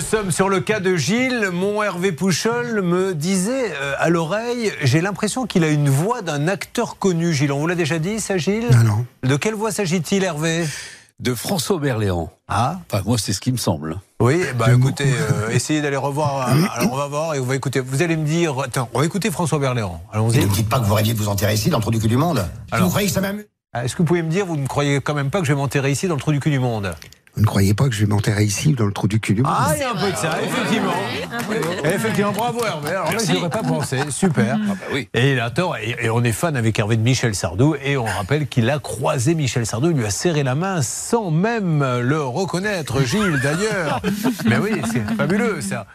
sommes sur le cas de Gilles. Mon Hervé Pouchol me disait euh, à l'oreille, j'ai l'impression qu'il a une voix d'un acteur connu. Gilles, on vous l'a déjà dit, ça, Gilles Non, non. De quelle voix s'agit-il, Hervé de François Berléand. Ah Enfin, moi, c'est ce qui me semble. oui, bah écoutez, euh, essayez d'aller revoir. euh, Alors on va voir et on va écouter. Vous allez me dire, attends, on va écouter François Berléand. Et Allons-y. ne me dites pas que vous rêviez de vous enterrer ici dans le trou du cul du monde. Alors. vous croyez que ça m'amuse Ah, Est-ce que vous pouvez me dire, vous ne croyez quand même pas que je vais m'enterrer ici dans le trou du cul du monde Vous ne croyez pas que je vais m'enterrer ici, dans le trou du cul du monde Ah, il y a un peu de ça, effectivement. Effectivement, bravo Hervé. Alors là, Merci. j'y aurais pas pensé. Super. Bah oui. Et il a tort. Et, et on est fan avec Hervé de Michel Sardou. Et on rappelle qu'il a croisé Michel Sardou. Il lui a serré la main sans même le reconnaître, Gilles d'ailleurs. Mais oui, c'est fabuleux ça.